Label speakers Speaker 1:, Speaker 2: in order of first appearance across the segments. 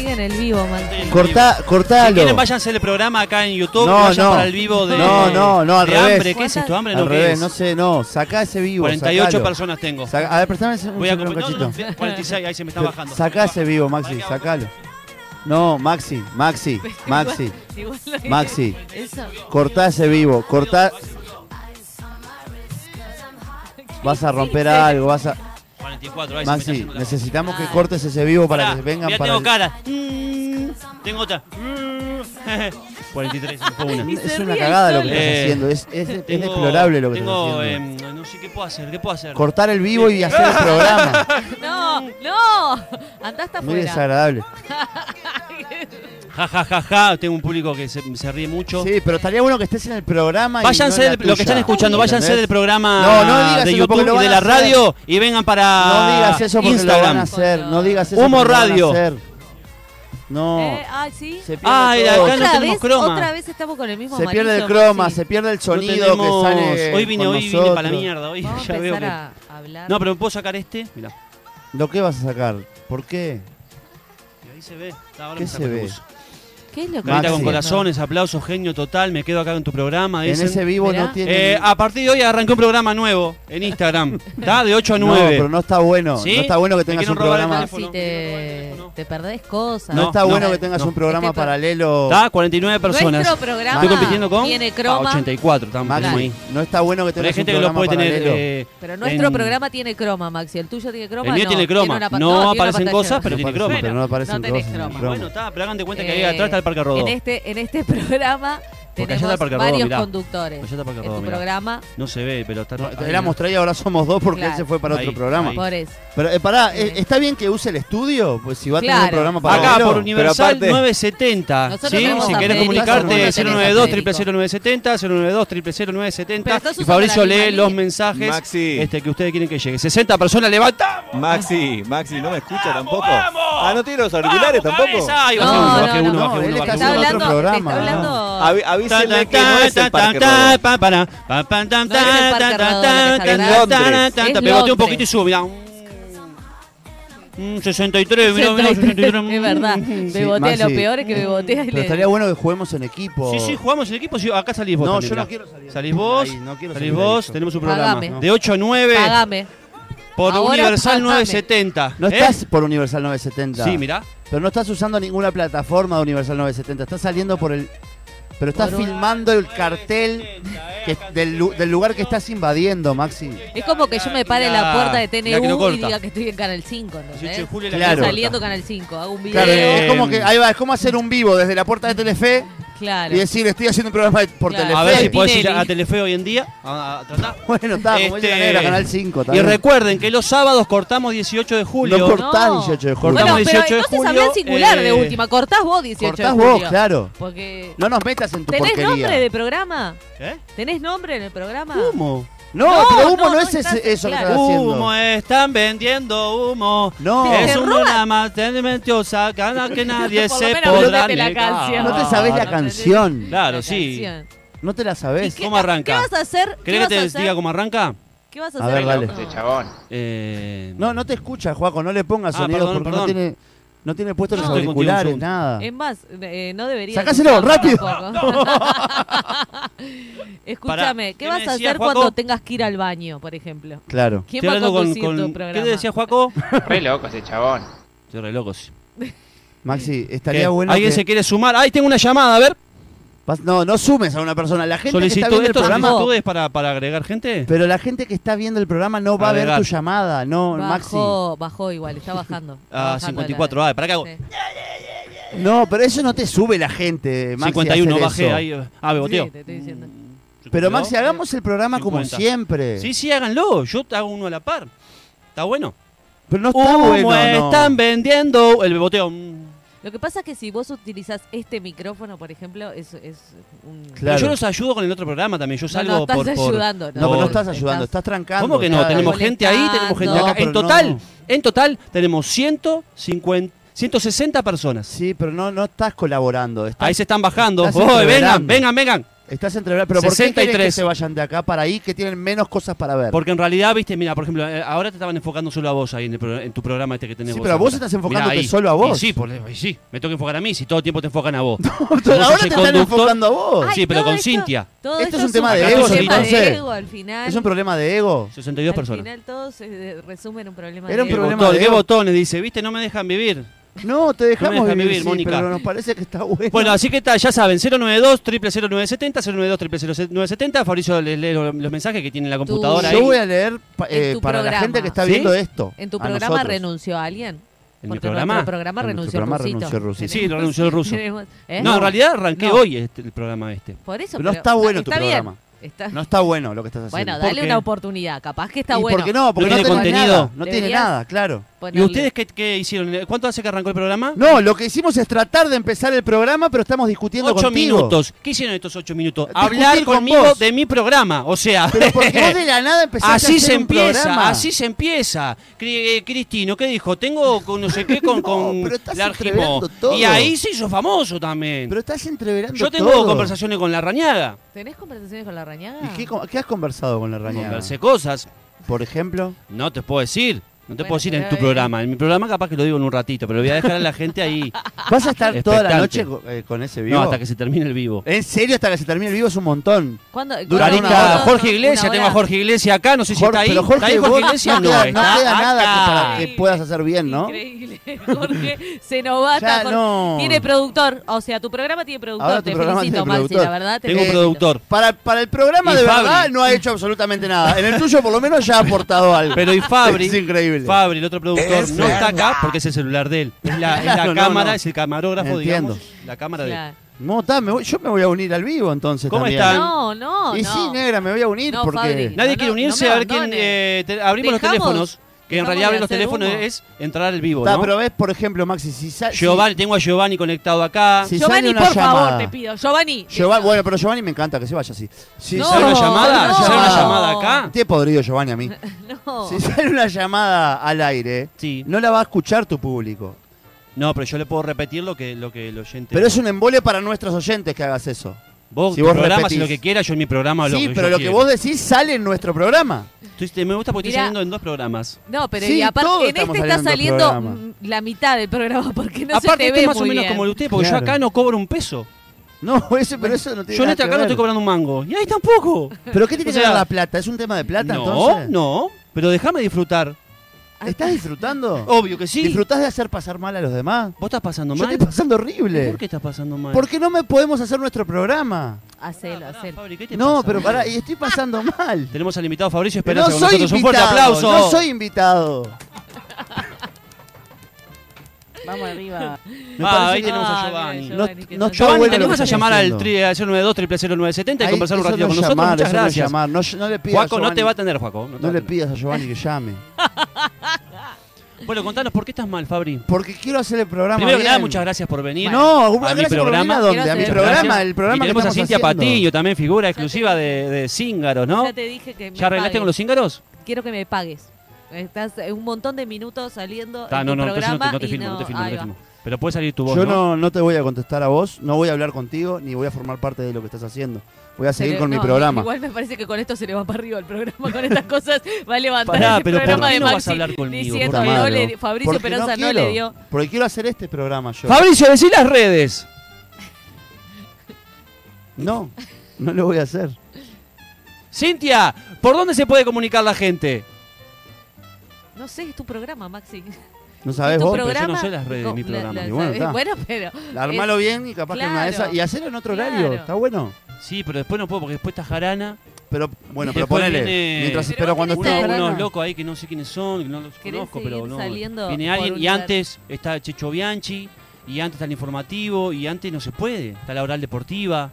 Speaker 1: Cortá,
Speaker 2: Si
Speaker 1: cortalo.
Speaker 2: quieren, váyanse el programa acá en YouTube.
Speaker 1: No,
Speaker 2: vayan
Speaker 1: no.
Speaker 2: para el vivo de.
Speaker 1: No, no, no, al
Speaker 2: de
Speaker 1: revés.
Speaker 2: hambre. ¿Qué es esto? ¿Hambre?
Speaker 1: Al
Speaker 2: No, ¿qué
Speaker 1: revés,
Speaker 2: es?
Speaker 1: no sé, no. Sacá ese vivo.
Speaker 2: 48
Speaker 1: sacalo.
Speaker 2: personas tengo.
Speaker 1: Saca- a ver, prestame un
Speaker 2: Voy a
Speaker 1: segundo,
Speaker 2: comer- no,
Speaker 1: Cachito.
Speaker 2: no, 46, ahí se me está bajando.
Speaker 1: Sacá ese vivo, Maxi, sacalo. No, Maxi, Maxi, Maxi.
Speaker 3: Igual lo que-
Speaker 1: Maxi.
Speaker 3: Eso.
Speaker 1: Cortá ese vivo, cortá. Vas a romper algo, vas a.
Speaker 2: 44, ahí se me
Speaker 1: Maxi,
Speaker 2: está yendo la- Ah.
Speaker 1: necesitamos que cortes ese vivo para
Speaker 2: Pará,
Speaker 1: que vengan
Speaker 2: mirá,
Speaker 1: para.
Speaker 2: tengo
Speaker 1: el-
Speaker 2: cara. Mm, Tengo otra. Mm. 43, me fue una.
Speaker 3: Y se
Speaker 1: Mm, Es una
Speaker 3: ríe
Speaker 1: cagada lo que
Speaker 3: solo.
Speaker 1: estás
Speaker 2: Eh,
Speaker 1: haciendo, es, es, es
Speaker 2: Tengo-
Speaker 1: deplorable lo que
Speaker 2: tengo, eh,
Speaker 1: estás haciendo.
Speaker 2: em, no sé qué puedo hacer, qué puedo hacer.
Speaker 1: Cortar el vivo y hacer el programa.
Speaker 3: No, no. Andá hasta
Speaker 1: Muy
Speaker 3: afuera.
Speaker 1: desagradable.
Speaker 2: Ja, ja, ja, ja. Tengo un público que se, se ríe mucho.
Speaker 1: Sí, pero estaría bueno que estés en el programa. y
Speaker 2: Váyanse,
Speaker 1: no en la
Speaker 2: del- lo que
Speaker 1: tuya.
Speaker 2: están escuchando,
Speaker 1: ¿Entendés?
Speaker 2: váyanse del programa
Speaker 1: No, no digas
Speaker 2: de
Speaker 1: eso, porque lo
Speaker 2: YouTube y de
Speaker 1: van a
Speaker 2: la
Speaker 1: hacer.
Speaker 2: radio y vengan para
Speaker 1: No digas eso porque lo van a
Speaker 2: Instagram.
Speaker 1: hacer. No digas eso.
Speaker 2: Humo
Speaker 1: porque lo van a
Speaker 2: Radio.
Speaker 1: hacer. No.
Speaker 3: Eh, ah, sí.
Speaker 1: Se pierde
Speaker 2: Ay,
Speaker 1: todo.
Speaker 2: acá no
Speaker 3: otra,
Speaker 2: tenemos
Speaker 3: vez,
Speaker 2: croma.
Speaker 3: otra vez estamos con el mismo
Speaker 1: Se pierde el
Speaker 3: amarillo,
Speaker 1: croma,
Speaker 3: Maxi.
Speaker 1: se pierde el
Speaker 2: No
Speaker 1: sonido
Speaker 2: tenemos-
Speaker 1: que sale.
Speaker 2: hoy vine,
Speaker 1: con
Speaker 2: hoy vine para la
Speaker 1: nosotros.
Speaker 2: mierda. Hoy
Speaker 3: Vamos
Speaker 2: ya
Speaker 3: a
Speaker 2: veo
Speaker 3: empezar
Speaker 2: que.
Speaker 3: a hablar.
Speaker 2: No, pero puedo sacar este. Mirá.
Speaker 1: ¿Lo que vas a sacar? ¿Por qué?
Speaker 2: Y Ahí se ve. Está, ahora
Speaker 1: ¿Qué
Speaker 2: me
Speaker 1: se
Speaker 2: saco el
Speaker 1: ve?
Speaker 2: buzo.
Speaker 3: ¿Qué es lo que
Speaker 1: Maxi.
Speaker 2: Carita con
Speaker 3: está
Speaker 2: corazones, aplausos, genio total. Me quedo acá en tu programa.
Speaker 1: En
Speaker 2: dicen.
Speaker 1: ese vivo no
Speaker 3: Mirá.
Speaker 1: tiene.
Speaker 2: Eh, a partir de hoy arranqué un programa nuevo en Instagram. Está de 8 a
Speaker 1: no,
Speaker 2: 9.
Speaker 1: pero no está bueno.
Speaker 2: ¿Sí?
Speaker 1: No está bueno que
Speaker 2: Me
Speaker 1: tengas
Speaker 2: quieren
Speaker 1: un
Speaker 2: robar el
Speaker 1: programa.
Speaker 2: teléfono.
Speaker 3: Si te, te perdés
Speaker 1: No,
Speaker 3: cosas.
Speaker 1: está
Speaker 2: No,
Speaker 1: bueno
Speaker 2: no,
Speaker 1: que tengas
Speaker 2: no.
Speaker 1: un programa
Speaker 3: Este pa-
Speaker 1: paralelo.
Speaker 2: Está 49 personas.
Speaker 3: Nuestro programa
Speaker 2: Estoy compitiendo con
Speaker 3: tiene
Speaker 2: ah,
Speaker 3: croma.
Speaker 2: 84. Estamos
Speaker 1: Maxi,
Speaker 2: como ahí.
Speaker 1: no está bueno que
Speaker 2: Pero
Speaker 1: tengas
Speaker 2: hay
Speaker 1: un
Speaker 2: gente que lo
Speaker 1: programa
Speaker 2: puede tener.
Speaker 1: paralelo.
Speaker 2: eh,
Speaker 3: Pero nuestro
Speaker 2: en-
Speaker 3: programa tiene croma, Maxi. El tuyo tiene croma.
Speaker 2: El mío
Speaker 3: no.
Speaker 2: tiene croma.
Speaker 3: una pa-
Speaker 2: No
Speaker 3: tiene una
Speaker 2: aparecen
Speaker 3: pantalla.
Speaker 2: cosas, pero
Speaker 1: No
Speaker 2: tiene
Speaker 1: aparece,
Speaker 2: croma.
Speaker 1: Pero no aparecen
Speaker 3: no tenés
Speaker 1: cosas,
Speaker 3: croma.
Speaker 1: tiene
Speaker 2: Bueno, está, pero hagan de cuenta que ahí
Speaker 3: Eh,
Speaker 2: atrás está el Parque Rodó.
Speaker 3: En este, en este programa
Speaker 2: Porque allá
Speaker 3: tenemos
Speaker 2: está el Parque Rodó,
Speaker 3: varios
Speaker 2: mirá.
Speaker 3: conductores.
Speaker 2: Allá está el Parque
Speaker 3: en
Speaker 2: Rodó,
Speaker 3: tu
Speaker 2: mirá.
Speaker 3: programa,
Speaker 2: No se ve, pero está.
Speaker 1: No, éramos tres y ahora somos dos porque
Speaker 3: Claro.
Speaker 1: él se fue para otro
Speaker 2: Ahí,
Speaker 1: programa.
Speaker 2: ahí.
Speaker 3: por eso.
Speaker 1: Pero eh, pará,
Speaker 3: Sí.
Speaker 1: eh, ¿está bien que use el estudio? Pues si va a tener
Speaker 3: Claro.
Speaker 1: un programa para
Speaker 2: Acá por
Speaker 4: Pero
Speaker 2: Universal
Speaker 4: aparte-
Speaker 2: 970.
Speaker 3: Nosotros
Speaker 2: ¿sí?
Speaker 1: tenemos
Speaker 2: Si
Speaker 1: a
Speaker 2: querés
Speaker 1: Federico,
Speaker 2: comunicarte,
Speaker 1: nosotros tenemos a
Speaker 2: 092
Speaker 3: Federico.
Speaker 2: 0970 092
Speaker 3: Pero
Speaker 2: 0970
Speaker 3: estás
Speaker 2: Y
Speaker 3: usando
Speaker 2: Fabricio
Speaker 3: la misma
Speaker 2: lee
Speaker 3: línea.
Speaker 2: los mensajes
Speaker 4: Maxi.
Speaker 2: este, que ustedes quieren que llegue. 60 personas, levantamos.
Speaker 4: Maxi, Maxi, ¿no me escucha tampoco?
Speaker 2: vamos!
Speaker 4: Ah, ¿no tiene los
Speaker 2: ¡Vamos,
Speaker 4: auriculares tampoco?
Speaker 2: cabeza! Ahí bajé
Speaker 3: No,
Speaker 2: uno,
Speaker 3: no,
Speaker 2: bajé
Speaker 3: no,
Speaker 2: uno,
Speaker 3: no,
Speaker 2: bajé
Speaker 1: él
Speaker 2: uno,
Speaker 3: Está
Speaker 1: está
Speaker 2: bajé uno.
Speaker 1: haciendo
Speaker 3: hablando,
Speaker 1: otro
Speaker 3: te
Speaker 1: programa,
Speaker 3: está hablando.
Speaker 4: Avi-
Speaker 2: Tan,
Speaker 4: avísenle
Speaker 2: tan,
Speaker 4: que no es el
Speaker 2: tan,
Speaker 4: Parque
Speaker 2: tan,
Speaker 4: Rodó.
Speaker 2: tan, tan, tan, tan,
Speaker 3: No
Speaker 2: tan,
Speaker 3: es el
Speaker 2: tan,
Speaker 3: Parque Rodó,
Speaker 2: tan, tan,
Speaker 3: Alejandro.
Speaker 2: tan, tan,
Speaker 4: Es
Speaker 2: tan,
Speaker 4: Londres.
Speaker 2: tan,
Speaker 3: Es
Speaker 2: tan. Pegoteé un
Speaker 3: Londres.
Speaker 2: poquito y subo, mirá. Mm, 63, mirá, mirá, 63.
Speaker 3: es verdad.
Speaker 1: Sí,
Speaker 3: Me botea
Speaker 1: Maxi.
Speaker 3: lo peor es que me botea y
Speaker 1: Pero
Speaker 3: le-
Speaker 1: estaría bueno que juguemos en equipo.
Speaker 2: Sí, sí, jugamos en equipo. sí, acá salís vos.
Speaker 1: No,
Speaker 2: también,
Speaker 1: yo no
Speaker 2: mirá.
Speaker 1: quiero salir.
Speaker 2: Salís vos,
Speaker 1: Ahí, no quiero
Speaker 2: salís
Speaker 1: salir
Speaker 2: vos.
Speaker 1: ahí.
Speaker 2: Tenemos un programa
Speaker 3: Pagame.
Speaker 2: de 8 a 9
Speaker 3: Pagame.
Speaker 2: por
Speaker 3: Ahora
Speaker 2: Universal
Speaker 3: pagame.
Speaker 2: 970.
Speaker 1: No
Speaker 2: ¿eh?
Speaker 1: estás por Universal 970.
Speaker 2: Sí, mirá.
Speaker 1: Pero no estás usando ninguna plataforma de Universal 970. Estás saliendo por el. Pero estás
Speaker 3: Por un-
Speaker 1: filmando el cartel que- del, lu- del lugar que estás invadiendo, Maxi.
Speaker 3: Es como que yo me pare en la
Speaker 2: Mirá,
Speaker 3: puerta de
Speaker 2: mirá que no
Speaker 3: TNU y
Speaker 2: corta.
Speaker 3: diga que estoy en Canal 5, ¿entendés?
Speaker 2: 18 de julio la
Speaker 1: Claro.
Speaker 3: Estoy
Speaker 2: corta.
Speaker 3: saliendo Canal 5, hago un video.
Speaker 1: Claro,
Speaker 2: Eh,
Speaker 1: es como que. Ahí va, es como hacer un vivo desde la puerta de Telefe
Speaker 3: Claro.
Speaker 1: y
Speaker 2: eh,
Speaker 1: decir, estoy haciendo un programa de- por
Speaker 3: Claro.
Speaker 1: Telefe.
Speaker 2: A ver si
Speaker 3: Pinelli.
Speaker 2: podés ir a Telefe hoy en día. A, a tratar.
Speaker 1: Bueno, está, como
Speaker 2: Este,
Speaker 1: dice la negra, Canal 5
Speaker 2: Y
Speaker 1: también.
Speaker 2: recuerden que los sábados cortamos 18 de julio.
Speaker 1: No cort- cortás 18 de julio.
Speaker 3: Bueno,
Speaker 2: Cortamos
Speaker 3: pero
Speaker 2: 18 de
Speaker 3: entonces
Speaker 2: julio,
Speaker 3: hablá en singular
Speaker 2: eh,
Speaker 3: de última. Cortás vos 18
Speaker 1: Cortás
Speaker 3: de julio.
Speaker 1: vos, claro.
Speaker 3: Porque...
Speaker 1: No nos metas en tu
Speaker 3: ¿Tenés
Speaker 1: porquería.
Speaker 3: nombre de programa?
Speaker 2: ¿Eh?
Speaker 3: ¿Tenés nombre en el programa?
Speaker 2: Humo.
Speaker 1: No,
Speaker 3: No,
Speaker 1: pero humo no,
Speaker 3: no, no
Speaker 1: es
Speaker 3: estás-
Speaker 1: ese- eso
Speaker 3: claro.
Speaker 1: que estás haciendo.
Speaker 2: Humo, están vendiendo humo.
Speaker 1: No.
Speaker 2: Es
Speaker 3: Te
Speaker 2: un
Speaker 3: roban.
Speaker 2: programa tan mentiosa que nadie
Speaker 3: Por lo
Speaker 2: se
Speaker 3: menos
Speaker 2: podrá
Speaker 3: aprendete la
Speaker 2: negar.
Speaker 3: canción.
Speaker 1: No te sabés la
Speaker 3: no,
Speaker 1: canción.
Speaker 2: Claro,
Speaker 3: La
Speaker 2: sí.
Speaker 3: canción.
Speaker 1: No te la sabés.
Speaker 2: ¿Y ¿Cómo
Speaker 3: ¿Qué
Speaker 2: arranca?
Speaker 3: vas a hacer? ¿Qué
Speaker 2: ¿Querés que
Speaker 3: vas a
Speaker 2: te
Speaker 3: hacer?
Speaker 2: diga cómo arranca?
Speaker 3: ¿Qué vas a
Speaker 1: A
Speaker 3: hacer?
Speaker 1: ver, dale.
Speaker 2: Este
Speaker 3: No.
Speaker 2: Eh,
Speaker 1: No, no te escucha, Juaco. No le pongas
Speaker 2: Ah,
Speaker 1: sonidos
Speaker 2: perdón,
Speaker 1: porque no
Speaker 2: perdón.
Speaker 1: tiene, no tiene puestos
Speaker 3: No.
Speaker 1: los
Speaker 2: Estoy contigo un
Speaker 1: auriculares,
Speaker 2: segundo.
Speaker 1: nada.
Speaker 3: Es más, eh, no debería.
Speaker 1: Sacáselo,
Speaker 3: escucharlo
Speaker 1: rápido.
Speaker 3: tampoco. Escúchame,
Speaker 2: Pará,
Speaker 3: ¿qué
Speaker 2: ¿qué
Speaker 3: vas
Speaker 2: me
Speaker 3: a
Speaker 2: decía,
Speaker 3: hacer
Speaker 2: Juaco?
Speaker 3: cuando tengas que ir al baño, por ejemplo?
Speaker 1: Claro.
Speaker 3: ¿Quién
Speaker 2: estoy
Speaker 3: va a
Speaker 2: hablando con,
Speaker 3: conducir
Speaker 2: con-
Speaker 3: tu programa?
Speaker 2: ¿Qué decía Juaco?
Speaker 5: Re loco ese chabón.
Speaker 2: Estoy re loco, sí.
Speaker 1: Maxi, estaría
Speaker 2: ¿Qué?
Speaker 1: bueno.
Speaker 2: ¿Alguien
Speaker 1: que-
Speaker 2: se quiere sumar? Ahí tengo una llamada, a ver.
Speaker 1: Pas- No, no sumes a una persona. La gente que está
Speaker 2: Solicitud,
Speaker 1: viendo el
Speaker 2: ¿Esto
Speaker 1: programa.
Speaker 2: solicitudes para, para agregar gente?
Speaker 1: Pero la gente que está viendo el programa no va a
Speaker 2: Agregar.
Speaker 1: ver tu llamada, no, Maxi.
Speaker 3: Bajó, bajó igual, está bajando. Está
Speaker 2: Ah,
Speaker 3: bajando
Speaker 2: 54,
Speaker 3: la-
Speaker 2: ah, ¿para qué hago?
Speaker 3: Sí.
Speaker 1: No, pero eso no te sube la gente, Maxi.
Speaker 2: 51,
Speaker 1: hacer
Speaker 2: bajé.
Speaker 1: eso.
Speaker 2: Ahí, eh, ah, me
Speaker 3: Sí, te estoy diciendo.
Speaker 1: Pero Maxi, hagamos el programa como
Speaker 2: 50.
Speaker 1: siempre.
Speaker 2: Sí, sí, háganlo. Yo te hago uno a la par. Está bueno.
Speaker 1: Pero no está
Speaker 2: Humo, eh,
Speaker 1: bueno. no.
Speaker 2: están vendiendo el beboteo. Mm.
Speaker 3: Lo que pasa es que si vos utilizás este micrófono, por ejemplo, es, es un...
Speaker 1: Claro.
Speaker 2: Yo los ayudo con el otro programa también. Yo
Speaker 3: No,
Speaker 2: salgo
Speaker 3: no, estás
Speaker 2: por, por-
Speaker 3: ayudando.
Speaker 1: No, pero no
Speaker 2: por-
Speaker 1: estás ayudando, estás trancando.
Speaker 2: ¿Cómo que no?
Speaker 1: estás-
Speaker 2: Tenemos gente ahí, tenemos gente
Speaker 3: No,
Speaker 2: acá. En
Speaker 1: pero no.
Speaker 2: total, en total tenemos 150, 160 personas.
Speaker 1: Sí, pero no, no estás colaborando. estás-
Speaker 2: Ahí se están bajando.
Speaker 1: Estás
Speaker 2: ¡Oh,
Speaker 1: empeorando.
Speaker 2: vengan, vengan, vengan!
Speaker 1: Estás entreverado. Pero ¿por qué querés que
Speaker 2: 63.
Speaker 1: se vayan de acá para ahí que tienen menos cosas para ver?
Speaker 2: Porque en realidad, viste, mira, por ejemplo, eh, ahora te estaban enfocando solo a vos ahí en, el pro- en tu programa este que tenés
Speaker 1: Sí, pero vos
Speaker 2: ahora.
Speaker 1: estás enfocándote
Speaker 2: ahí.
Speaker 1: solo a vos.
Speaker 2: Y sí, por, y sí, me tengo que enfocar a mí, si todo el tiempo te enfocan a vos. Vos sos
Speaker 1: Ahora te están
Speaker 2: el conductor.
Speaker 1: enfocando a vos.
Speaker 2: Ay, Sí, pero
Speaker 3: todo
Speaker 2: con
Speaker 3: esto-
Speaker 2: Cintia.
Speaker 3: todo
Speaker 1: Esto es un
Speaker 3: es
Speaker 1: tema
Speaker 2: de
Speaker 3: un
Speaker 2: egos,
Speaker 3: tema de
Speaker 1: entonces.
Speaker 3: ego al final.
Speaker 1: ¿Es un problema de ego?
Speaker 2: 62
Speaker 3: Al
Speaker 2: personas.
Speaker 3: final todo se de- resume en un problema
Speaker 1: Era un
Speaker 3: de ego.
Speaker 1: problema
Speaker 2: Botón,
Speaker 1: de
Speaker 2: ¿Qué
Speaker 1: ego.
Speaker 2: botones dice? ¿Viste? No me dejan vivir.
Speaker 1: No, te dejamos
Speaker 2: dejan
Speaker 1: vivir,
Speaker 2: vivir,
Speaker 1: sí,
Speaker 2: Mónica.
Speaker 1: pero nos parece que está bueno.
Speaker 2: Bueno, así que está, ya saben, 092 0970 092 0970 Fabricio les lee los, los mensajes que tiene la computadora
Speaker 3: Tú-
Speaker 1: Yo
Speaker 2: ahí.
Speaker 1: voy a leer pa-
Speaker 3: En
Speaker 1: eh,
Speaker 3: tu
Speaker 1: para la
Speaker 3: programa.
Speaker 1: gente que está
Speaker 2: ¿Sí?
Speaker 1: viendo esto.
Speaker 3: En tu
Speaker 1: a
Speaker 3: programa
Speaker 1: nosotros.
Speaker 3: renunció alguien.
Speaker 2: ¿En mi
Speaker 3: Porque
Speaker 2: programa?
Speaker 3: nuestro programa
Speaker 1: En
Speaker 3: renunció
Speaker 1: nuestro programa
Speaker 3: Rusito.
Speaker 1: renunció Rusito.
Speaker 2: Sí, lo renunció el ruso.
Speaker 3: Tenemos- ¿eh?
Speaker 2: No, en realidad arranqué
Speaker 3: No.
Speaker 2: hoy este- el programa este.
Speaker 3: Por eso.
Speaker 1: Pero no
Speaker 3: pero-
Speaker 1: está bueno tu
Speaker 3: está bien.
Speaker 1: programa.
Speaker 3: Está-
Speaker 1: No está bueno lo que estás haciendo.
Speaker 3: bueno,
Speaker 2: ¿por
Speaker 3: dale
Speaker 2: qué?
Speaker 3: una oportunidad. Capaz que está
Speaker 1: ¿Y
Speaker 3: bueno.
Speaker 1: por qué no? Porque
Speaker 2: No
Speaker 1: no,
Speaker 2: tiene
Speaker 1: tenés
Speaker 2: contenido.
Speaker 1: nada, No tiene
Speaker 3: Deberías-
Speaker 1: nada, claro.
Speaker 2: ¿Y
Speaker 3: Ponerle-
Speaker 2: ustedes qué, qué hicieron? ¿Cuánto hace que arrancó el programa?
Speaker 1: No, lo que hicimos es tratar de empezar el programa, pero estamos discutiendo
Speaker 2: Ocho
Speaker 1: contigo.
Speaker 2: minutos. ¿Qué hicieron estos ocho minutos?
Speaker 1: Discutir
Speaker 2: Hablar
Speaker 1: con
Speaker 2: conmigo
Speaker 1: vos.
Speaker 2: de mi programa. O sea,
Speaker 1: Pero porque vos de la nada empezaste a
Speaker 2: así
Speaker 1: hacer
Speaker 2: se
Speaker 1: un
Speaker 2: empieza,
Speaker 1: programa.
Speaker 2: así se empieza. Cri- eh, Cristino, ¿qué dijo? Tengo con no sé qué con,
Speaker 1: No,
Speaker 2: con
Speaker 1: pero estás
Speaker 2: Largimo.
Speaker 1: entreverando todo.
Speaker 2: Y ahí se hizo famoso también.
Speaker 1: Pero estás entreverando
Speaker 2: Yo tengo
Speaker 1: todo.
Speaker 2: conversaciones con la rañaga.
Speaker 3: ¿Tenés conversaciones con la rañaga?
Speaker 1: ¿Y qué, co- qué has conversado con la rañada?
Speaker 2: Conversé cosas.
Speaker 1: Por ejemplo.
Speaker 2: No te puedo decir. No te
Speaker 3: Bueno,
Speaker 2: puedo decir en
Speaker 3: pero
Speaker 2: tu
Speaker 3: eh.
Speaker 2: programa. En mi programa capaz que lo digo en un ratito, pero voy a dejar a la gente ahí.
Speaker 1: ¿Vas a estar toda la noche
Speaker 2: Expectante.
Speaker 1: co- eh, con ese vivo?
Speaker 2: No, hasta que se termine el vivo.
Speaker 1: En serio, hasta que se termine el vivo es un montón.
Speaker 3: ¿Cuándo- cuándo-
Speaker 1: Durará
Speaker 3: cuándo-
Speaker 1: una
Speaker 2: Está
Speaker 1: hora.
Speaker 3: cuándo-
Speaker 2: Jorge
Speaker 3: una
Speaker 2: Iglesias,
Speaker 3: hora?
Speaker 2: tengo a Jorge Iglesias acá, no sé si
Speaker 1: Jorge-
Speaker 2: está ahí.
Speaker 1: Pero Jorge,
Speaker 2: ¿Está ahí
Speaker 1: vos
Speaker 2: Jorge Iglesias?
Speaker 1: no, queda, no
Speaker 2: está
Speaker 1: queda nada que,
Speaker 2: acá.
Speaker 1: para que puedas hacer bien, ¿no?
Speaker 3: Increíble. Jorge se nos va.
Speaker 1: Ya
Speaker 3: hasta Jorge.
Speaker 1: no.
Speaker 3: Tiene productor. O sea, tu programa tiene productor.
Speaker 1: Ahora tu
Speaker 3: te
Speaker 1: programa
Speaker 3: felicito,
Speaker 1: tiene
Speaker 3: Maxi,
Speaker 1: productor.
Speaker 3: la verdad. te
Speaker 2: Tengo un
Speaker 1: Eh,
Speaker 3: felicito.
Speaker 2: productor.
Speaker 1: Para, para el programa
Speaker 2: Y
Speaker 1: de
Speaker 2: Fabri.
Speaker 1: verdad no ha hecho absolutamente nada. En el tuyo por lo menos ya ha aportado algo.
Speaker 2: Pero y Fabri,
Speaker 1: Es increíble.
Speaker 2: Fabri, el otro productor,
Speaker 5: Es
Speaker 2: no está acá
Speaker 5: verdad.
Speaker 2: porque es el celular de él. Es la, es la
Speaker 1: Claro, no,
Speaker 2: cámara,
Speaker 1: no.
Speaker 2: es el camarógrafo,
Speaker 1: Entiendo.
Speaker 2: digamos. La cámara de él.
Speaker 3: Claro.
Speaker 1: No, ta, me voy- yo me voy a unir al vivo entonces
Speaker 2: ¿Cómo
Speaker 1: también.
Speaker 2: están?
Speaker 3: No, no,
Speaker 1: Y
Speaker 3: no.
Speaker 1: sí, negra, me voy a unir
Speaker 3: No,
Speaker 1: porque...
Speaker 3: Fabri.
Speaker 2: Nadie
Speaker 3: No,
Speaker 2: quiere
Speaker 3: no,
Speaker 2: unirse
Speaker 3: no me
Speaker 2: a ver quién.
Speaker 3: abandones.
Speaker 2: eh, te- abrimos los
Speaker 3: Dejamos-
Speaker 2: teléfonos. Que en
Speaker 3: dejamos
Speaker 2: realidad
Speaker 3: de
Speaker 2: abrir los
Speaker 3: hacer
Speaker 2: teléfonos
Speaker 3: humo.
Speaker 2: es entrar al vivo.
Speaker 1: Ta,
Speaker 2: ¿no?
Speaker 1: Ah, pero ves, por ejemplo, Maxi, si, sa- si-
Speaker 2: Giovanni, tengo a Giovanni conectado acá.
Speaker 1: Sí. Si sale
Speaker 3: Giovanni,
Speaker 1: una
Speaker 3: por
Speaker 1: llamada.
Speaker 3: favor, te pido. Giovanni.
Speaker 1: Giovanni- bueno, pero Giovanni me encanta que se vaya así. Si
Speaker 3: No,
Speaker 2: ¿Sale una llamada?
Speaker 1: no.
Speaker 2: ¿Sale una llamada acá?
Speaker 1: Te he podrido Giovanni a mí.
Speaker 3: No.
Speaker 1: Si sale una llamada al aire,
Speaker 2: Sí.
Speaker 1: no la va a escuchar tu público.
Speaker 2: No, pero yo le puedo repetir lo que, lo que el oyente.
Speaker 1: Pero es un embole para nuestros oyentes que hagas eso.
Speaker 2: Vos,
Speaker 1: si
Speaker 2: tu
Speaker 1: vos
Speaker 2: programa,
Speaker 1: repetís.
Speaker 2: si lo que quieras, yo en mi programa hablo.
Speaker 1: sí, pero lo que vos decís sale en nucho programa.
Speaker 2: me gusta
Speaker 3: Mirá.
Speaker 2: porque estoy saliendo en dos programas.
Speaker 3: No, pero
Speaker 1: Sí,
Speaker 3: y
Speaker 1: todos
Speaker 3: aparte en
Speaker 1: estamos
Speaker 3: este está
Speaker 1: saliendo
Speaker 3: saliendo
Speaker 1: del
Speaker 3: mm, la mitad del programa porque no se
Speaker 2: Aparte,
Speaker 1: este
Speaker 3: te ve
Speaker 2: esto es más o
Speaker 3: muy
Speaker 2: menos
Speaker 3: bien.
Speaker 2: como el de usted, porque
Speaker 1: Claro.
Speaker 2: yo acá no cobro un peso.
Speaker 1: No, eso, pero eso no tiene
Speaker 2: Yo en
Speaker 1: nada
Speaker 2: este
Speaker 1: que
Speaker 2: acá no
Speaker 1: ver.
Speaker 2: estoy cobrando un mango. Y ahí tampoco.
Speaker 1: ¿Pero qué tiene
Speaker 2: O
Speaker 1: que ver
Speaker 2: sea,
Speaker 1: la plata? ¿Es un tema de plata
Speaker 2: no,
Speaker 1: entonces?
Speaker 2: no. Pero déjame disfrutar.
Speaker 1: ¿Estás disfrutando?
Speaker 2: Obvio que sí.
Speaker 1: ¿Disfrutás de hacer pasar mal a los demás?
Speaker 2: ¿Vos estás pasando
Speaker 1: Yo
Speaker 2: mal?
Speaker 1: estoy pasando horrible.
Speaker 2: ¿Por qué estás pasando mal?
Speaker 1: Porque no me podemos hacer nuestro programa.
Speaker 3: Hacelo,
Speaker 2: Pará,
Speaker 3: hacelo.
Speaker 2: Fabri, ¿qué te
Speaker 1: No,
Speaker 2: pasa?
Speaker 1: pero pará, y estoy pasando mal.
Speaker 2: Tenemos al invitado Fabricio
Speaker 1: Pero
Speaker 2: Esperanza
Speaker 1: no
Speaker 2: con
Speaker 1: soy
Speaker 2: nosotros. Un fuerte
Speaker 1: invitado.
Speaker 2: aplauso.
Speaker 1: No soy invitado.
Speaker 6: Vamos arriba.
Speaker 1: Me
Speaker 2: Ah,
Speaker 1: parece
Speaker 2: ahí
Speaker 1: que-
Speaker 2: tenemos a
Speaker 3: Ah,
Speaker 2: Giovanni.
Speaker 3: mira,
Speaker 1: No-
Speaker 3: que
Speaker 1: no
Speaker 3: tal-
Speaker 1: está bueno
Speaker 2: Giovanni,
Speaker 1: lo que
Speaker 2: ¿te vas a
Speaker 1: estás
Speaker 2: llamar al
Speaker 1: haciendo.
Speaker 2: 092 00970 y
Speaker 1: Ahí-
Speaker 2: conversar un
Speaker 1: eso
Speaker 2: ratito
Speaker 1: no
Speaker 2: con
Speaker 1: es
Speaker 2: nosotros?
Speaker 1: llamar,
Speaker 2: Muchas
Speaker 1: eso no es
Speaker 2: gracias.
Speaker 1: llamar. No, yo- no le pidas a
Speaker 2: Juaco, no
Speaker 1: Giovanni-
Speaker 2: te va a atender, Juaco. te
Speaker 1: No
Speaker 2: va a
Speaker 1: le
Speaker 2: atender.
Speaker 1: pidas a Giovanni que llame.
Speaker 2: Bueno, contanos, ¿por qué estás mal, Fabri?
Speaker 1: Porque quiero hacer el programa
Speaker 2: Primero que
Speaker 1: bien.
Speaker 2: nada, muchas gracias por venir.
Speaker 1: No, uh,
Speaker 2: a mi
Speaker 1: gracias por venir
Speaker 2: programa.
Speaker 1: a dónde, a
Speaker 3: Quiero
Speaker 1: mi
Speaker 3: hacer-
Speaker 1: programa,
Speaker 2: Gracias.
Speaker 1: el programa
Speaker 2: y
Speaker 1: que
Speaker 2: tenemos a
Speaker 1: estamos
Speaker 2: Cintia
Speaker 1: haciendo.
Speaker 2: Patiño, también figura exclusiva de, de Zíngaros, ¿no?
Speaker 3: Ya te dije que me
Speaker 2: ¿Ya arreglaste
Speaker 3: pagues.
Speaker 2: con los Zíngaros?
Speaker 3: Quiero que me pagues. Estás eh, un montón de minutos saliendo
Speaker 2: Ah,
Speaker 3: en
Speaker 2: no,
Speaker 3: tu
Speaker 2: no, entonces no
Speaker 3: programa
Speaker 2: te, no te
Speaker 3: y
Speaker 2: filmo, no, te filmo, no
Speaker 3: ahí
Speaker 2: te
Speaker 3: va.
Speaker 2: filmo. Pero puede salir tu voz,
Speaker 1: Yo
Speaker 2: ¿no?
Speaker 1: no, no te voy a contestar a vos, no voy a hablar contigo, ni voy a formar parte de lo que estás haciendo. Voy a seguir
Speaker 3: Pero
Speaker 1: con mi
Speaker 3: no,
Speaker 1: programa.
Speaker 3: Igual me parece que con esto se le va para arriba el programa, con estas cosas va a levantar
Speaker 2: Pará,
Speaker 3: el
Speaker 2: pero ¿por
Speaker 3: programa
Speaker 2: qué
Speaker 3: de
Speaker 2: no vas a
Speaker 3: Maxi
Speaker 2: hablar conmigo?
Speaker 3: diciendo
Speaker 1: Puta
Speaker 3: que no
Speaker 1: madre.
Speaker 3: le- Fabricio
Speaker 1: Porque
Speaker 3: Esperanza no, le
Speaker 1: quiero,
Speaker 3: dio.
Speaker 1: Porque quiero hacer este programa yo.
Speaker 2: Fabricio, decí las redes.
Speaker 1: No, no lo voy a hacer.
Speaker 2: Cintia, ¿por dónde se puede comunicar la gente?
Speaker 3: No sé, es tu programa, Maxi.
Speaker 1: No sabes
Speaker 3: tu
Speaker 1: Ah, vos.
Speaker 2: yo no
Speaker 3: programa?
Speaker 2: sé las redes de
Speaker 3: No,
Speaker 2: mi
Speaker 3: la-
Speaker 2: programa.
Speaker 3: la
Speaker 1: Y bueno,
Speaker 3: sabés.
Speaker 1: está.
Speaker 3: bueno, pero
Speaker 1: Armalo bien y capaz que una
Speaker 3: Claro.
Speaker 1: de esas. Y hacerlo en otro
Speaker 3: Claro.
Speaker 1: horario, está bueno.
Speaker 2: Sí, pero después no puedo porque después está Jarana.
Speaker 1: Pero bueno, pero
Speaker 2: Después
Speaker 1: ponele.
Speaker 2: viene-
Speaker 1: Mientras,
Speaker 3: Pero
Speaker 1: pero
Speaker 3: vos
Speaker 1: cuando
Speaker 3: tenés
Speaker 1: estés
Speaker 2: Uno,
Speaker 3: Está
Speaker 1: Jarana-
Speaker 2: unos locos ahí que no sé quiénes son, que no los
Speaker 3: ¿Querés
Speaker 2: conozco, pero
Speaker 3: seguir
Speaker 2: no.
Speaker 3: saliendo
Speaker 2: Viene
Speaker 3: por
Speaker 2: alguien
Speaker 3: un
Speaker 2: y
Speaker 3: lugar?
Speaker 2: antes está Checho Bianchi, y antes está el informativo, y antes no se puede. Está la oral deportiva.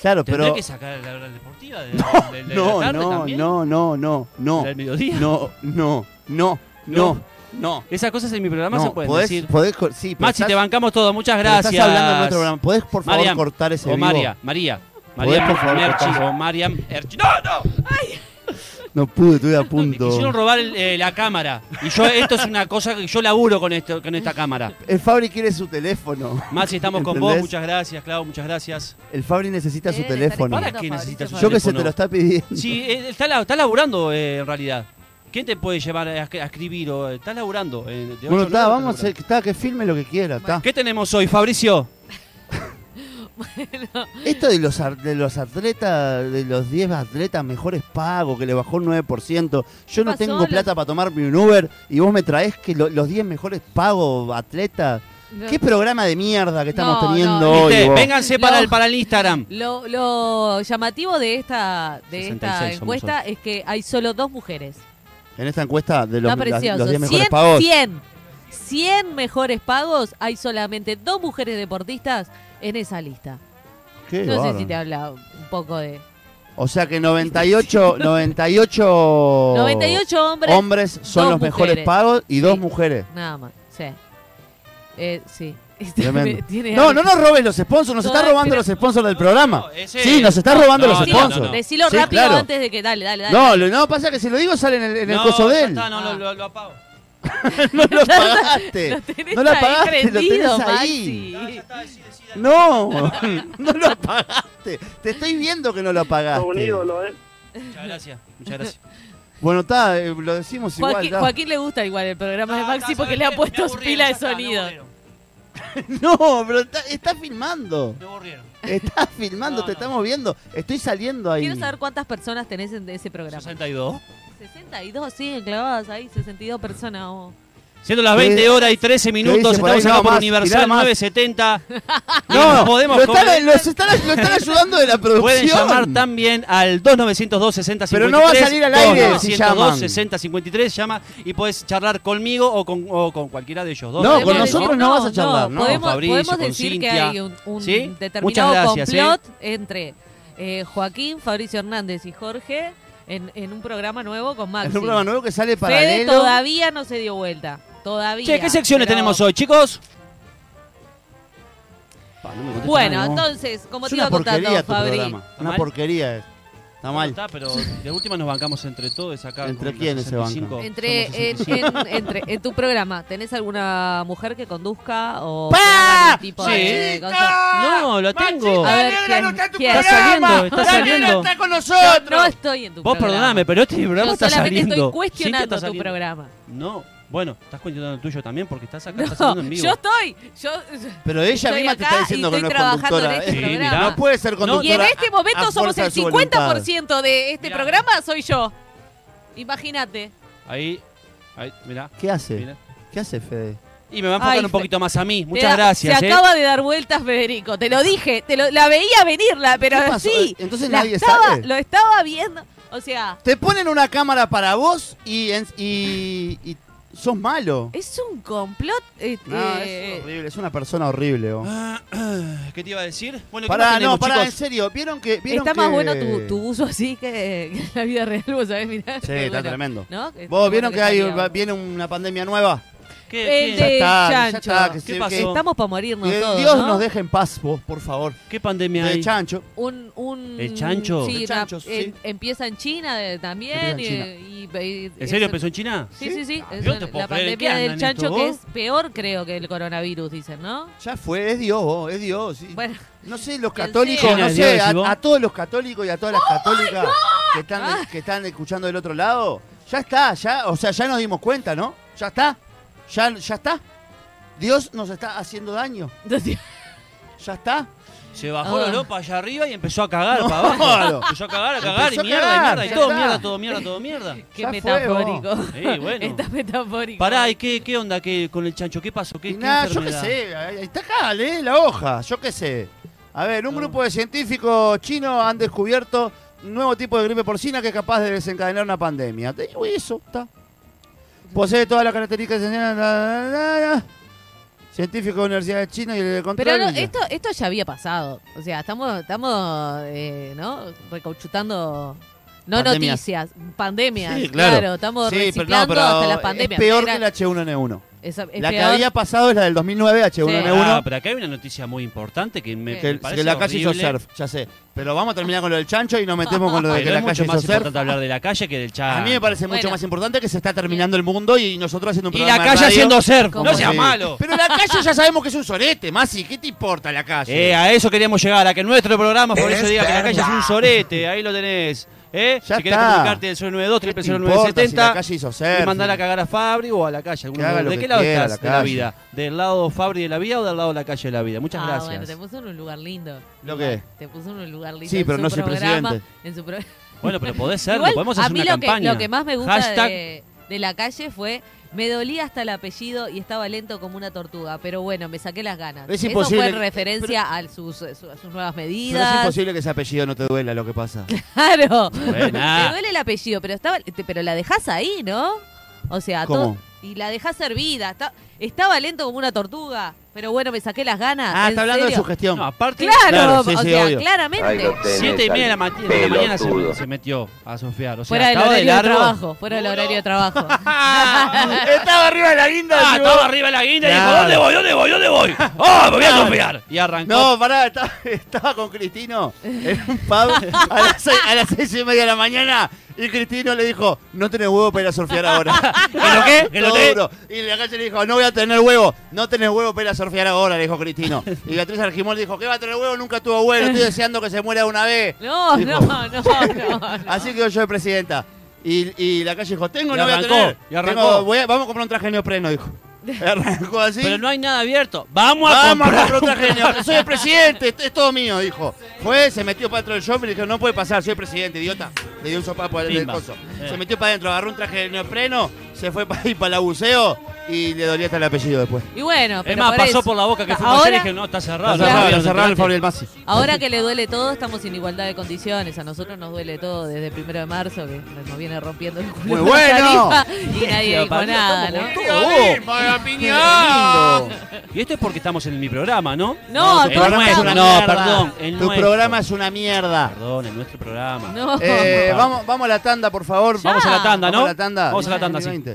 Speaker 1: Claro,
Speaker 2: Tendré
Speaker 1: pero.
Speaker 2: que sacar la oral deportiva de, la- de- de la
Speaker 1: No,
Speaker 2: tarde
Speaker 1: no,
Speaker 2: también.
Speaker 1: no, no, no, no.
Speaker 2: ¿La del mediodía.
Speaker 1: No, no, no, no, no.
Speaker 2: Esas cosas en mi programa se pueden
Speaker 1: podés,
Speaker 2: decir.
Speaker 1: podés co- sí, pero
Speaker 2: Maxi,
Speaker 1: estás-
Speaker 2: te bancamos todo. Muchas
Speaker 1: pero
Speaker 2: gracias.
Speaker 1: Estás hablando en nuestro programa. ¿Podés, por favor,
Speaker 2: Mariam,
Speaker 1: cortar ese
Speaker 2: O
Speaker 1: vivo?
Speaker 2: María, María.
Speaker 1: ¿Podés,
Speaker 2: Mariam
Speaker 1: por favor,
Speaker 2: Erchi,
Speaker 1: cortar?
Speaker 2: o Mariam Erchi. ¡No, no! ¡Ay!
Speaker 1: No pude, estuve a
Speaker 2: Me quisieron
Speaker 1: punto.
Speaker 2: robar el- eh, la cámara. Y yo, esto es una cosa que yo laburo con, esto, con esta cámara.
Speaker 1: El Fabri quiere su teléfono.
Speaker 2: Maxi, estamos con
Speaker 1: ¿Entendés?
Speaker 2: vos. Muchas gracias, Clau, muchas gracias.
Speaker 1: El Fabri necesita su
Speaker 3: Deben estar
Speaker 1: teléfono.
Speaker 2: ¿Para
Speaker 3: escuchando,
Speaker 2: qué
Speaker 3: Fabricio
Speaker 2: necesitas un
Speaker 3: Fabricio.
Speaker 1: Yo que se te lo está pidiendo.
Speaker 2: Sí, eh, está, la- está laburando eh, en realidad. ¿Quién te puede llevar a, a escribir? O, eh, ¿Estás laburando? eh, de ocho
Speaker 1: Bueno,
Speaker 2: horas,
Speaker 1: está,
Speaker 2: estás
Speaker 1: vamos a hacer,
Speaker 2: laburando.
Speaker 1: está, que filme lo que quiera, está.
Speaker 2: ¿Qué tenemos hoy, Fabricio?
Speaker 1: Esto de los, ar- de los atletas, de los 10 atletas mejores pagos, que le bajó un 9%, yo no
Speaker 3: pasó?
Speaker 1: tengo
Speaker 3: Los-
Speaker 1: plata para tomarme un Uber y vos me traes que lo- los 10 mejores pagos atletas.
Speaker 3: No.
Speaker 1: ¿Qué programa de mierda que estamos
Speaker 3: No,
Speaker 1: teniendo
Speaker 3: no,
Speaker 1: hoy?
Speaker 2: Viste,
Speaker 1: vos?
Speaker 2: Vénganse para
Speaker 3: No.
Speaker 2: el, para el Instagram.
Speaker 3: Lo, lo llamativo de esta de esta
Speaker 2: 66 somos
Speaker 3: encuesta es que hay solo dos mujeres.
Speaker 1: En esta encuesta de los,
Speaker 3: Está
Speaker 1: las-
Speaker 3: precioso.
Speaker 1: los 10 mejores
Speaker 3: 100,
Speaker 1: pagos.
Speaker 3: 100, 100 mejores pagos, hay solamente dos mujeres deportistas en esa lista.
Speaker 1: Qué
Speaker 3: no sé
Speaker 1: bárbaro.
Speaker 3: si te habla un poco de...
Speaker 1: O sea que 98, 98, Oh,
Speaker 3: 98 hombres,
Speaker 1: hombres son
Speaker 3: dos
Speaker 1: los mejores
Speaker 3: mujeres.
Speaker 1: pagos y dos
Speaker 3: Sí.
Speaker 1: mujeres.
Speaker 3: nada más. Sí. Eh, sí.
Speaker 1: Tremendo.
Speaker 3: Tiene
Speaker 1: No,
Speaker 3: algo.
Speaker 1: no nos robes los sponsors, nos está
Speaker 3: Todas-
Speaker 1: robando los sponsors del programa.
Speaker 2: No, ese-
Speaker 1: Sí, nos está robando
Speaker 2: No,
Speaker 1: los
Speaker 2: no,
Speaker 3: Sí,
Speaker 1: sponsors.
Speaker 2: no, no.
Speaker 3: Decilo
Speaker 1: Sí,
Speaker 3: rápido
Speaker 1: claro.
Speaker 3: antes de que... Dale, dale, dale.
Speaker 1: No, lo- no, pasa que si lo digo sale en el, en el
Speaker 2: No,
Speaker 1: coso de
Speaker 2: ya
Speaker 1: él.
Speaker 2: está, no,
Speaker 3: Ah.
Speaker 2: lo, lo- lo apago.
Speaker 1: No lo pagaste.
Speaker 3: Tenés
Speaker 1: No la
Speaker 3: ahí
Speaker 1: pagaste, lo
Speaker 3: prendido,
Speaker 1: tenés ahí.
Speaker 2: No, Ah, ya
Speaker 3: Maxi.
Speaker 2: está, decí, decí, dale.
Speaker 1: No, no lo pagaste. Te estoy viendo que no lo pagaste.
Speaker 5: un ídolo, ¿eh?
Speaker 2: Muchas gracias, muchas gracias.
Speaker 1: Bueno, está, eh, lo decimos igual.
Speaker 3: Joaquín,
Speaker 1: ta.
Speaker 3: Joaquín le gusta igual el programa de
Speaker 2: Ah,
Speaker 3: Maxi
Speaker 2: está,
Speaker 3: porque
Speaker 2: ¿sabés
Speaker 3: le ha
Speaker 2: qué?
Speaker 3: puesto
Speaker 2: Me aburrieron,
Speaker 3: pila de
Speaker 2: ya está, me
Speaker 3: sonido.
Speaker 2: aburrieron,
Speaker 1: No, pero está, está filmando.
Speaker 2: Me aburrieron.
Speaker 1: Está filmando,
Speaker 2: No,
Speaker 1: te
Speaker 2: no.
Speaker 1: estamos viendo. Estoy saliendo ahí.
Speaker 3: Quiero saber cuántas personas tenés en ese programa.
Speaker 2: 62.
Speaker 3: 62, sí, enclavadas ahí, 62 personas. vos.
Speaker 2: Siendo las
Speaker 1: ¿Qué-
Speaker 2: 20 horas y 13 minutos,
Speaker 1: dice por ahí?
Speaker 2: estamos acá
Speaker 1: No,
Speaker 2: por
Speaker 1: más, tirá
Speaker 2: Universal
Speaker 1: más.
Speaker 2: 970.
Speaker 1: No,
Speaker 2: podemos
Speaker 1: lo están,
Speaker 2: comer.
Speaker 1: los están- lo están ayudando de la producción.
Speaker 2: Pueden llamar también al 2902 60
Speaker 1: Pero no va a salir al aire si
Speaker 2: 2902
Speaker 1: llaman.
Speaker 2: 60 53 llama y puedes charlar conmigo o con, o con cualquiera de ellos dos. ¿Eh?
Speaker 1: No,
Speaker 2: Podemos,
Speaker 1: con nosotros no vas a charlar, ¿no?
Speaker 2: Con
Speaker 3: Podemos,
Speaker 2: Fabricio,
Speaker 3: podemos
Speaker 2: con
Speaker 3: decir que
Speaker 2: Cintia.
Speaker 3: hay un, un
Speaker 2: ¿Sí?
Speaker 3: determinado
Speaker 2: Muchas gracias, ¿eh?
Speaker 3: complot entre eh, Joaquín, Fabricio Hernández y Jorge en, en un programa nuevo con Maxi.
Speaker 1: Es un programa nuevo que sale
Speaker 3: Fede
Speaker 1: paralelo.
Speaker 3: todavía no se dio vuelta. Todavía.
Speaker 2: Che, ¿qué secciones
Speaker 3: pero-
Speaker 2: tenemos hoy, chicos?
Speaker 3: Bueno, entonces, como
Speaker 1: es
Speaker 3: te
Speaker 1: una
Speaker 3: iba contando,
Speaker 1: porquería tu
Speaker 3: Fabri,
Speaker 1: programa. Una
Speaker 2: mal?
Speaker 1: porquería es. Está mal.
Speaker 2: Está, pero de última nos bancamos entre todos acá.
Speaker 1: ¿Entre
Speaker 2: con la
Speaker 1: quiénes se
Speaker 2: 65, somos
Speaker 3: entre, eh, en,
Speaker 2: 65.
Speaker 3: en- entre- en tu programa, ¿tenés alguna mujer que conduzca o
Speaker 1: ¡Pa!
Speaker 3: que haga algún Este, tipo
Speaker 2: Sí.
Speaker 3: de cosa?
Speaker 2: No, lo tengo.
Speaker 3: A ver, ¿quién- quién?
Speaker 2: Está saliendo, está saliendo.
Speaker 1: con
Speaker 3: Yo no estoy en tu
Speaker 2: Vos
Speaker 3: programa.
Speaker 2: perdoname, pero este programa
Speaker 3: Yo
Speaker 2: está
Speaker 3: solamente
Speaker 2: saliendo.
Speaker 3: estoy
Speaker 2: Cintia está
Speaker 3: cuestionando tu
Speaker 2: saliendo.
Speaker 3: programa.
Speaker 2: No, bueno, estás cuestionando el tuyo también porque estás acá,
Speaker 3: No,
Speaker 2: estás saliendo en vivo.
Speaker 3: yo estoy. Yo,
Speaker 1: Pero ella
Speaker 3: Estoy
Speaker 1: misma te
Speaker 3: acá
Speaker 1: está diciendo
Speaker 3: y
Speaker 1: que no
Speaker 3: estoy
Speaker 1: es
Speaker 3: trabajando en
Speaker 1: conductora.
Speaker 3: este
Speaker 1: ¿eh?
Speaker 2: Sí,
Speaker 3: programa.
Speaker 2: mirá.
Speaker 1: No puede ser conductora.
Speaker 3: y en este momento
Speaker 1: a- a
Speaker 3: somos
Speaker 1: fuerza
Speaker 3: el
Speaker 1: de su voluntad.
Speaker 3: 50% de este
Speaker 2: Mirá.
Speaker 3: programa, soy yo. Imagínate.
Speaker 2: Ahí, ahí, mirá,
Speaker 1: ¿Qué hace?
Speaker 2: mirá.
Speaker 1: ¿Qué hace Fede?
Speaker 2: Y me va a enfocar
Speaker 3: Ay,
Speaker 2: un poquito más a mí.
Speaker 3: Te
Speaker 2: Muchas
Speaker 3: da-
Speaker 2: gracias,
Speaker 3: Se
Speaker 2: eh.
Speaker 3: acaba de dar vueltas, Federico. Te lo dije. Te lo, la veía venirla, pero
Speaker 1: ¿Qué pasó?
Speaker 3: sí.
Speaker 1: Eh, entonces
Speaker 3: la
Speaker 1: nadie
Speaker 3: estaba,
Speaker 1: sabe.
Speaker 3: Lo estaba viendo. O sea,
Speaker 1: Te ponen una cámara para vos y, en- y, y sos malo.
Speaker 3: es un complot. eh,
Speaker 1: No,
Speaker 3: eh,
Speaker 1: es horrible, es una persona horrible. vos.
Speaker 2: ¿Qué te iba a decir? Bueno, ¿qué más
Speaker 1: Pará,
Speaker 2: tenemos,
Speaker 1: no, pará, en
Speaker 2: chicos?
Speaker 1: serio. ¿Vieron que.? Vieron
Speaker 3: Está más
Speaker 1: que-
Speaker 3: bueno tu, tu uso así que, que en la vida real, vos sabés, mirá.
Speaker 1: Sí,
Speaker 3: Pero
Speaker 1: está
Speaker 3: bueno,
Speaker 1: tremendo.
Speaker 3: ¿no?
Speaker 1: ¿Vos vieron que hay,
Speaker 3: Estaría-
Speaker 1: va- viene una pandemia nueva?
Speaker 2: ¿Qué,
Speaker 3: El
Speaker 2: qué-
Speaker 3: de- Eh,
Speaker 1: ya
Speaker 3: chancho.
Speaker 1: está. Que
Speaker 2: ¿Qué
Speaker 1: se-
Speaker 2: pasó?
Speaker 1: que-
Speaker 3: Estamos para morirnos
Speaker 1: que
Speaker 3: todos,
Speaker 1: Dios
Speaker 3: ¿no?
Speaker 1: nos deje en paz, vos, por favor.
Speaker 2: qué pandemia
Speaker 1: De
Speaker 2: hay?
Speaker 1: chancho.
Speaker 3: un, un
Speaker 2: El chancho.
Speaker 3: sí,
Speaker 1: El
Speaker 3: una-
Speaker 1: chancho, sí.
Speaker 3: en- empieza en China eh, también
Speaker 1: Empieza
Speaker 3: y- y- y-
Speaker 2: ¿En serio
Speaker 3: es-
Speaker 2: empezó en China?
Speaker 3: Sí, sí, sí. es
Speaker 2: Yo
Speaker 3: un-
Speaker 2: te puedo
Speaker 3: la
Speaker 2: creer, ¿en qué
Speaker 3: pandemia del
Speaker 2: andan
Speaker 3: chancho
Speaker 2: estos
Speaker 3: que es
Speaker 2: vos?
Speaker 3: peor, creo, que el coronavirus, dicen, ¿no?
Speaker 1: Ya fue, es Dios, vos, es Dios. sí.
Speaker 3: Bueno,
Speaker 1: No sé, los
Speaker 3: Quien
Speaker 1: católicos,
Speaker 3: sea.
Speaker 1: no
Speaker 2: ¿Quién es Dios,
Speaker 1: sé,
Speaker 2: decís vos?
Speaker 1: a, a todos los católicos y a todas las
Speaker 3: ¡Oh,
Speaker 1: católicas que están,
Speaker 3: Ah.
Speaker 1: que están escuchando del otro lado, ya está, ya, o sea, ya nos dimos cuenta, ¿no? Ya está, ya, ya está. Dios nos está haciendo daño,
Speaker 3: entonces-
Speaker 1: ya está.
Speaker 2: Se bajó
Speaker 3: Ah.
Speaker 2: la lopa allá arriba y empezó a cagar para
Speaker 1: No,
Speaker 2: abajo.
Speaker 1: no.
Speaker 2: Empezó a cagar, a cagar, y
Speaker 1: Empezó a
Speaker 2: mierda,
Speaker 1: cagar,
Speaker 2: y mierda, y
Speaker 1: ya
Speaker 2: todo
Speaker 1: está.
Speaker 2: mierda, todo mierda, todo mierda.
Speaker 3: qué
Speaker 1: Ya fue,
Speaker 3: metafórico.
Speaker 2: Sí, Eh, bueno.
Speaker 3: Está metafórico.
Speaker 2: Pará, ¿y qué, qué onda qué, con el chancho? ¿Qué pasó? ¿Qué,
Speaker 1: Y
Speaker 2: qué
Speaker 1: nada, yo qué
Speaker 2: enfermedad?
Speaker 1: sé, ahí está acá, lee la hoja, yo qué sé. A ver, un
Speaker 2: No.
Speaker 1: grupo de científicos chinos han descubierto un nuevo tipo de gripe porcina que es capaz de desencadenar una pandemia. Te digo eso, está. Posee todas las características esenciales, na, na, na, na. Científicos de la Universidad de China y el control.
Speaker 3: Pero no, esto, esto ya había pasado. O sea, estamos, estamos eh, ¿no? recauchutando. No
Speaker 1: Pandemias.
Speaker 3: noticias, pandemias.
Speaker 1: Sí, claro.
Speaker 3: Estamos
Speaker 1: Sí, pero no,
Speaker 3: reciclando
Speaker 1: pero
Speaker 3: hasta las pandemias.
Speaker 1: Es peor
Speaker 3: Era-
Speaker 1: que el H1N1.
Speaker 3: Es, es
Speaker 1: La que
Speaker 3: peor. Ah,
Speaker 1: había pasado es la del 2009 H1N1.
Speaker 2: Ah, pero acá hay una noticia muy importante que me,
Speaker 3: ¿Qué?
Speaker 1: Que,
Speaker 2: me parece
Speaker 1: que la calle hizo
Speaker 2: horrible.
Speaker 1: surf, ya sé. Pero vamos a terminar con lo del chancho y nos metemos con lo de
Speaker 2: Pero
Speaker 1: que la
Speaker 2: es mucho
Speaker 1: calle hizo
Speaker 2: más
Speaker 1: surf.
Speaker 2: importante hablar de la calle que del chat.
Speaker 1: A mí me parece mucho
Speaker 3: Bueno.
Speaker 1: más importante que se está terminando el mundo y nosotros haciendo un
Speaker 2: y
Speaker 1: programa
Speaker 2: la
Speaker 1: de
Speaker 2: calle
Speaker 1: radio.
Speaker 2: haciendo surf.
Speaker 3: Como
Speaker 2: No
Speaker 3: si-
Speaker 2: seas malo.
Speaker 1: Pero la calle ya sabemos que es un sorete, Masi. ¿Qué te importa la calle?
Speaker 2: Eh, a eso queríamos llegar, a que nuestro programa por eso diga que la calle es un sorete, ahí lo tenés. ¿Eh?
Speaker 1: Ya
Speaker 2: si querés
Speaker 1: está.
Speaker 2: comunicarte el
Speaker 1: ¿Qué te
Speaker 2: 092
Speaker 1: importa si la calle hizo
Speaker 2: y
Speaker 1: surf?
Speaker 2: mandar a cagar a Fabri o a la calle. alguno
Speaker 1: Que haga
Speaker 2: de-
Speaker 1: lo
Speaker 2: ¿De
Speaker 1: que
Speaker 2: qué lado
Speaker 1: quiera,
Speaker 2: estás
Speaker 1: la
Speaker 2: de la
Speaker 1: calle.
Speaker 2: vida? ¿Del lado Fabri de la vida o del lado de la calle de la vida? Muchas
Speaker 3: Ah,
Speaker 2: gracias.
Speaker 3: bueno, te puso en un lugar lindo.
Speaker 1: ¿Lo qué?
Speaker 3: Te puso en un lugar lindo.
Speaker 1: Sí,
Speaker 3: en
Speaker 1: pero
Speaker 3: su
Speaker 1: no soy
Speaker 3: programa,
Speaker 1: presidente.
Speaker 3: En su pro-
Speaker 2: Bueno, pero podés serlo,
Speaker 3: Igual,
Speaker 2: podemos
Speaker 3: a
Speaker 2: hacer
Speaker 3: mí
Speaker 2: una
Speaker 3: lo que,
Speaker 2: campaña.
Speaker 3: lo que más me gusta
Speaker 2: Hashtag,
Speaker 3: de, de la calle fue. Me dolía hasta el apellido y estaba lento como una tortuga, pero bueno, me saqué las ganas.
Speaker 1: Es
Speaker 3: Eso
Speaker 1: imposible
Speaker 3: fue en
Speaker 1: que-
Speaker 3: referencia a, sus, su- a sus nuevas
Speaker 1: Pero es
Speaker 3: medidas.
Speaker 1: imposible que ese apellido no te duela lo que pasa.
Speaker 3: claro.
Speaker 2: Buena.
Speaker 3: Te duele el apellido, pero estaba, te- pero la dejás ahí, ¿no? O sea, to-
Speaker 1: ¿Cómo?
Speaker 3: y la dejás hervida. Está- estaba lento como una tortuga, pero bueno, me saqué las ganas.
Speaker 1: Ah,
Speaker 3: ¿en
Speaker 1: está hablando de
Speaker 3: serio?
Speaker 1: su gestión.
Speaker 2: No, aparte,
Speaker 3: Claro,
Speaker 1: Claro, sí,
Speaker 3: o
Speaker 1: sí,
Speaker 3: sea,
Speaker 1: obvio.
Speaker 5: Ahí
Speaker 3: claramente.
Speaker 5: lo tenés,
Speaker 2: siete y media de la,
Speaker 5: al
Speaker 2: ma- de la mañana
Speaker 5: pelotudo.
Speaker 2: se, se metió a surfear. O sea,
Speaker 3: Fuera del
Speaker 2: estaba
Speaker 3: horario
Speaker 2: de
Speaker 3: de,
Speaker 2: largo.
Speaker 3: trabajo, fuera del horario de trabajo.
Speaker 1: Estaba arriba de la guinda.
Speaker 2: Ah,
Speaker 1: decís
Speaker 2: estaba
Speaker 1: vos.
Speaker 2: arriba de la guinda y dijo,
Speaker 1: Claro.
Speaker 2: ¿dónde voy? ¿Dónde voy? ¿Dónde voy? ¡Oh, me voy a surfear! Y arrancó.
Speaker 1: No, pará, estaba, estaba con Cristino en un pub a las, seis, a las seis y media de la mañana y Cristino le dijo, no tenés huevo para ir a surfear ahora. ¿Que
Speaker 2: lo qué? ¿Que lo qué?
Speaker 1: Y la calle le dijo, no voy a tener huevo, no tenés huevo para ir a surfear ahora, le dijo Cristino. Y Beatriz Argimón le dijo, ¿qué va a tener huevo? Nunca tuvo huevo, estoy deseando que se muera de una vez.
Speaker 3: No,
Speaker 1: Dijo.
Speaker 3: no, no, no, no.
Speaker 1: Así quedó yo de presidenta. Y, y la calle dijo, tengo,
Speaker 2: Y
Speaker 1: no voy a
Speaker 2: arrancó,
Speaker 1: tener.
Speaker 2: y arrancó.
Speaker 1: Tengo- voy a- vamos a comprar un traje de neopreno, dijo. Arrancó así.
Speaker 2: Pero no hay nada abierto. Vamos a
Speaker 1: Vamos a
Speaker 2: comprar.
Speaker 1: comprar otra genio. Soy el presidente, es todo mío, dijo. Fue, se metió para dentro del shopping y dijo, no puede pasar, soy el presidente, idiota. Le dio un sopapo al del
Speaker 2: Pimba.
Speaker 1: coso.
Speaker 2: Eh.
Speaker 1: Se metió para adentro, agarró un traje de neopreno, se fue para ahí para la buceo y le dolía hasta el apellido después.
Speaker 3: Y bueno, pero
Speaker 2: Es más, pasó
Speaker 3: eso-
Speaker 2: por la boca que fue ayer y
Speaker 3: ahora,
Speaker 2: dije, no, está cerrado.
Speaker 1: Lo
Speaker 2: no
Speaker 1: cerraron,
Speaker 2: había
Speaker 1: lo cerraron el
Speaker 2: restaurante.
Speaker 1: Fabio del Masi.
Speaker 3: ahora que le duele todo, estamos en igualdad de condiciones. A nosotros nos duele todo desde el primero de marzo, que nos viene rompiendo el culo.
Speaker 1: Muy bueno.
Speaker 3: la tarifa, Y nadie dijo
Speaker 2: Pero,
Speaker 3: nada,
Speaker 2: estamos
Speaker 3: ¿no?
Speaker 2: con
Speaker 1: Oh.
Speaker 2: todo.
Speaker 1: Lindo.
Speaker 2: Y esto es porque estamos en mi programa, ¿no?
Speaker 3: No,
Speaker 2: el
Speaker 3: tu programa
Speaker 2: nuestro.
Speaker 3: es una
Speaker 2: No,
Speaker 1: mierda.
Speaker 2: perdón. El
Speaker 1: Tu
Speaker 2: nuestro.
Speaker 1: programa es una mierda.
Speaker 2: Perdón, el nuestro programa.
Speaker 3: No.
Speaker 1: Eh, vamos, vamos a la tanda, por favor.
Speaker 3: Ya. Vamos a
Speaker 2: la tanda,
Speaker 1: Vamos
Speaker 2: ¿no?
Speaker 1: a la tanda.
Speaker 2: Vamos a la tanda, sí.
Speaker 1: 19:20.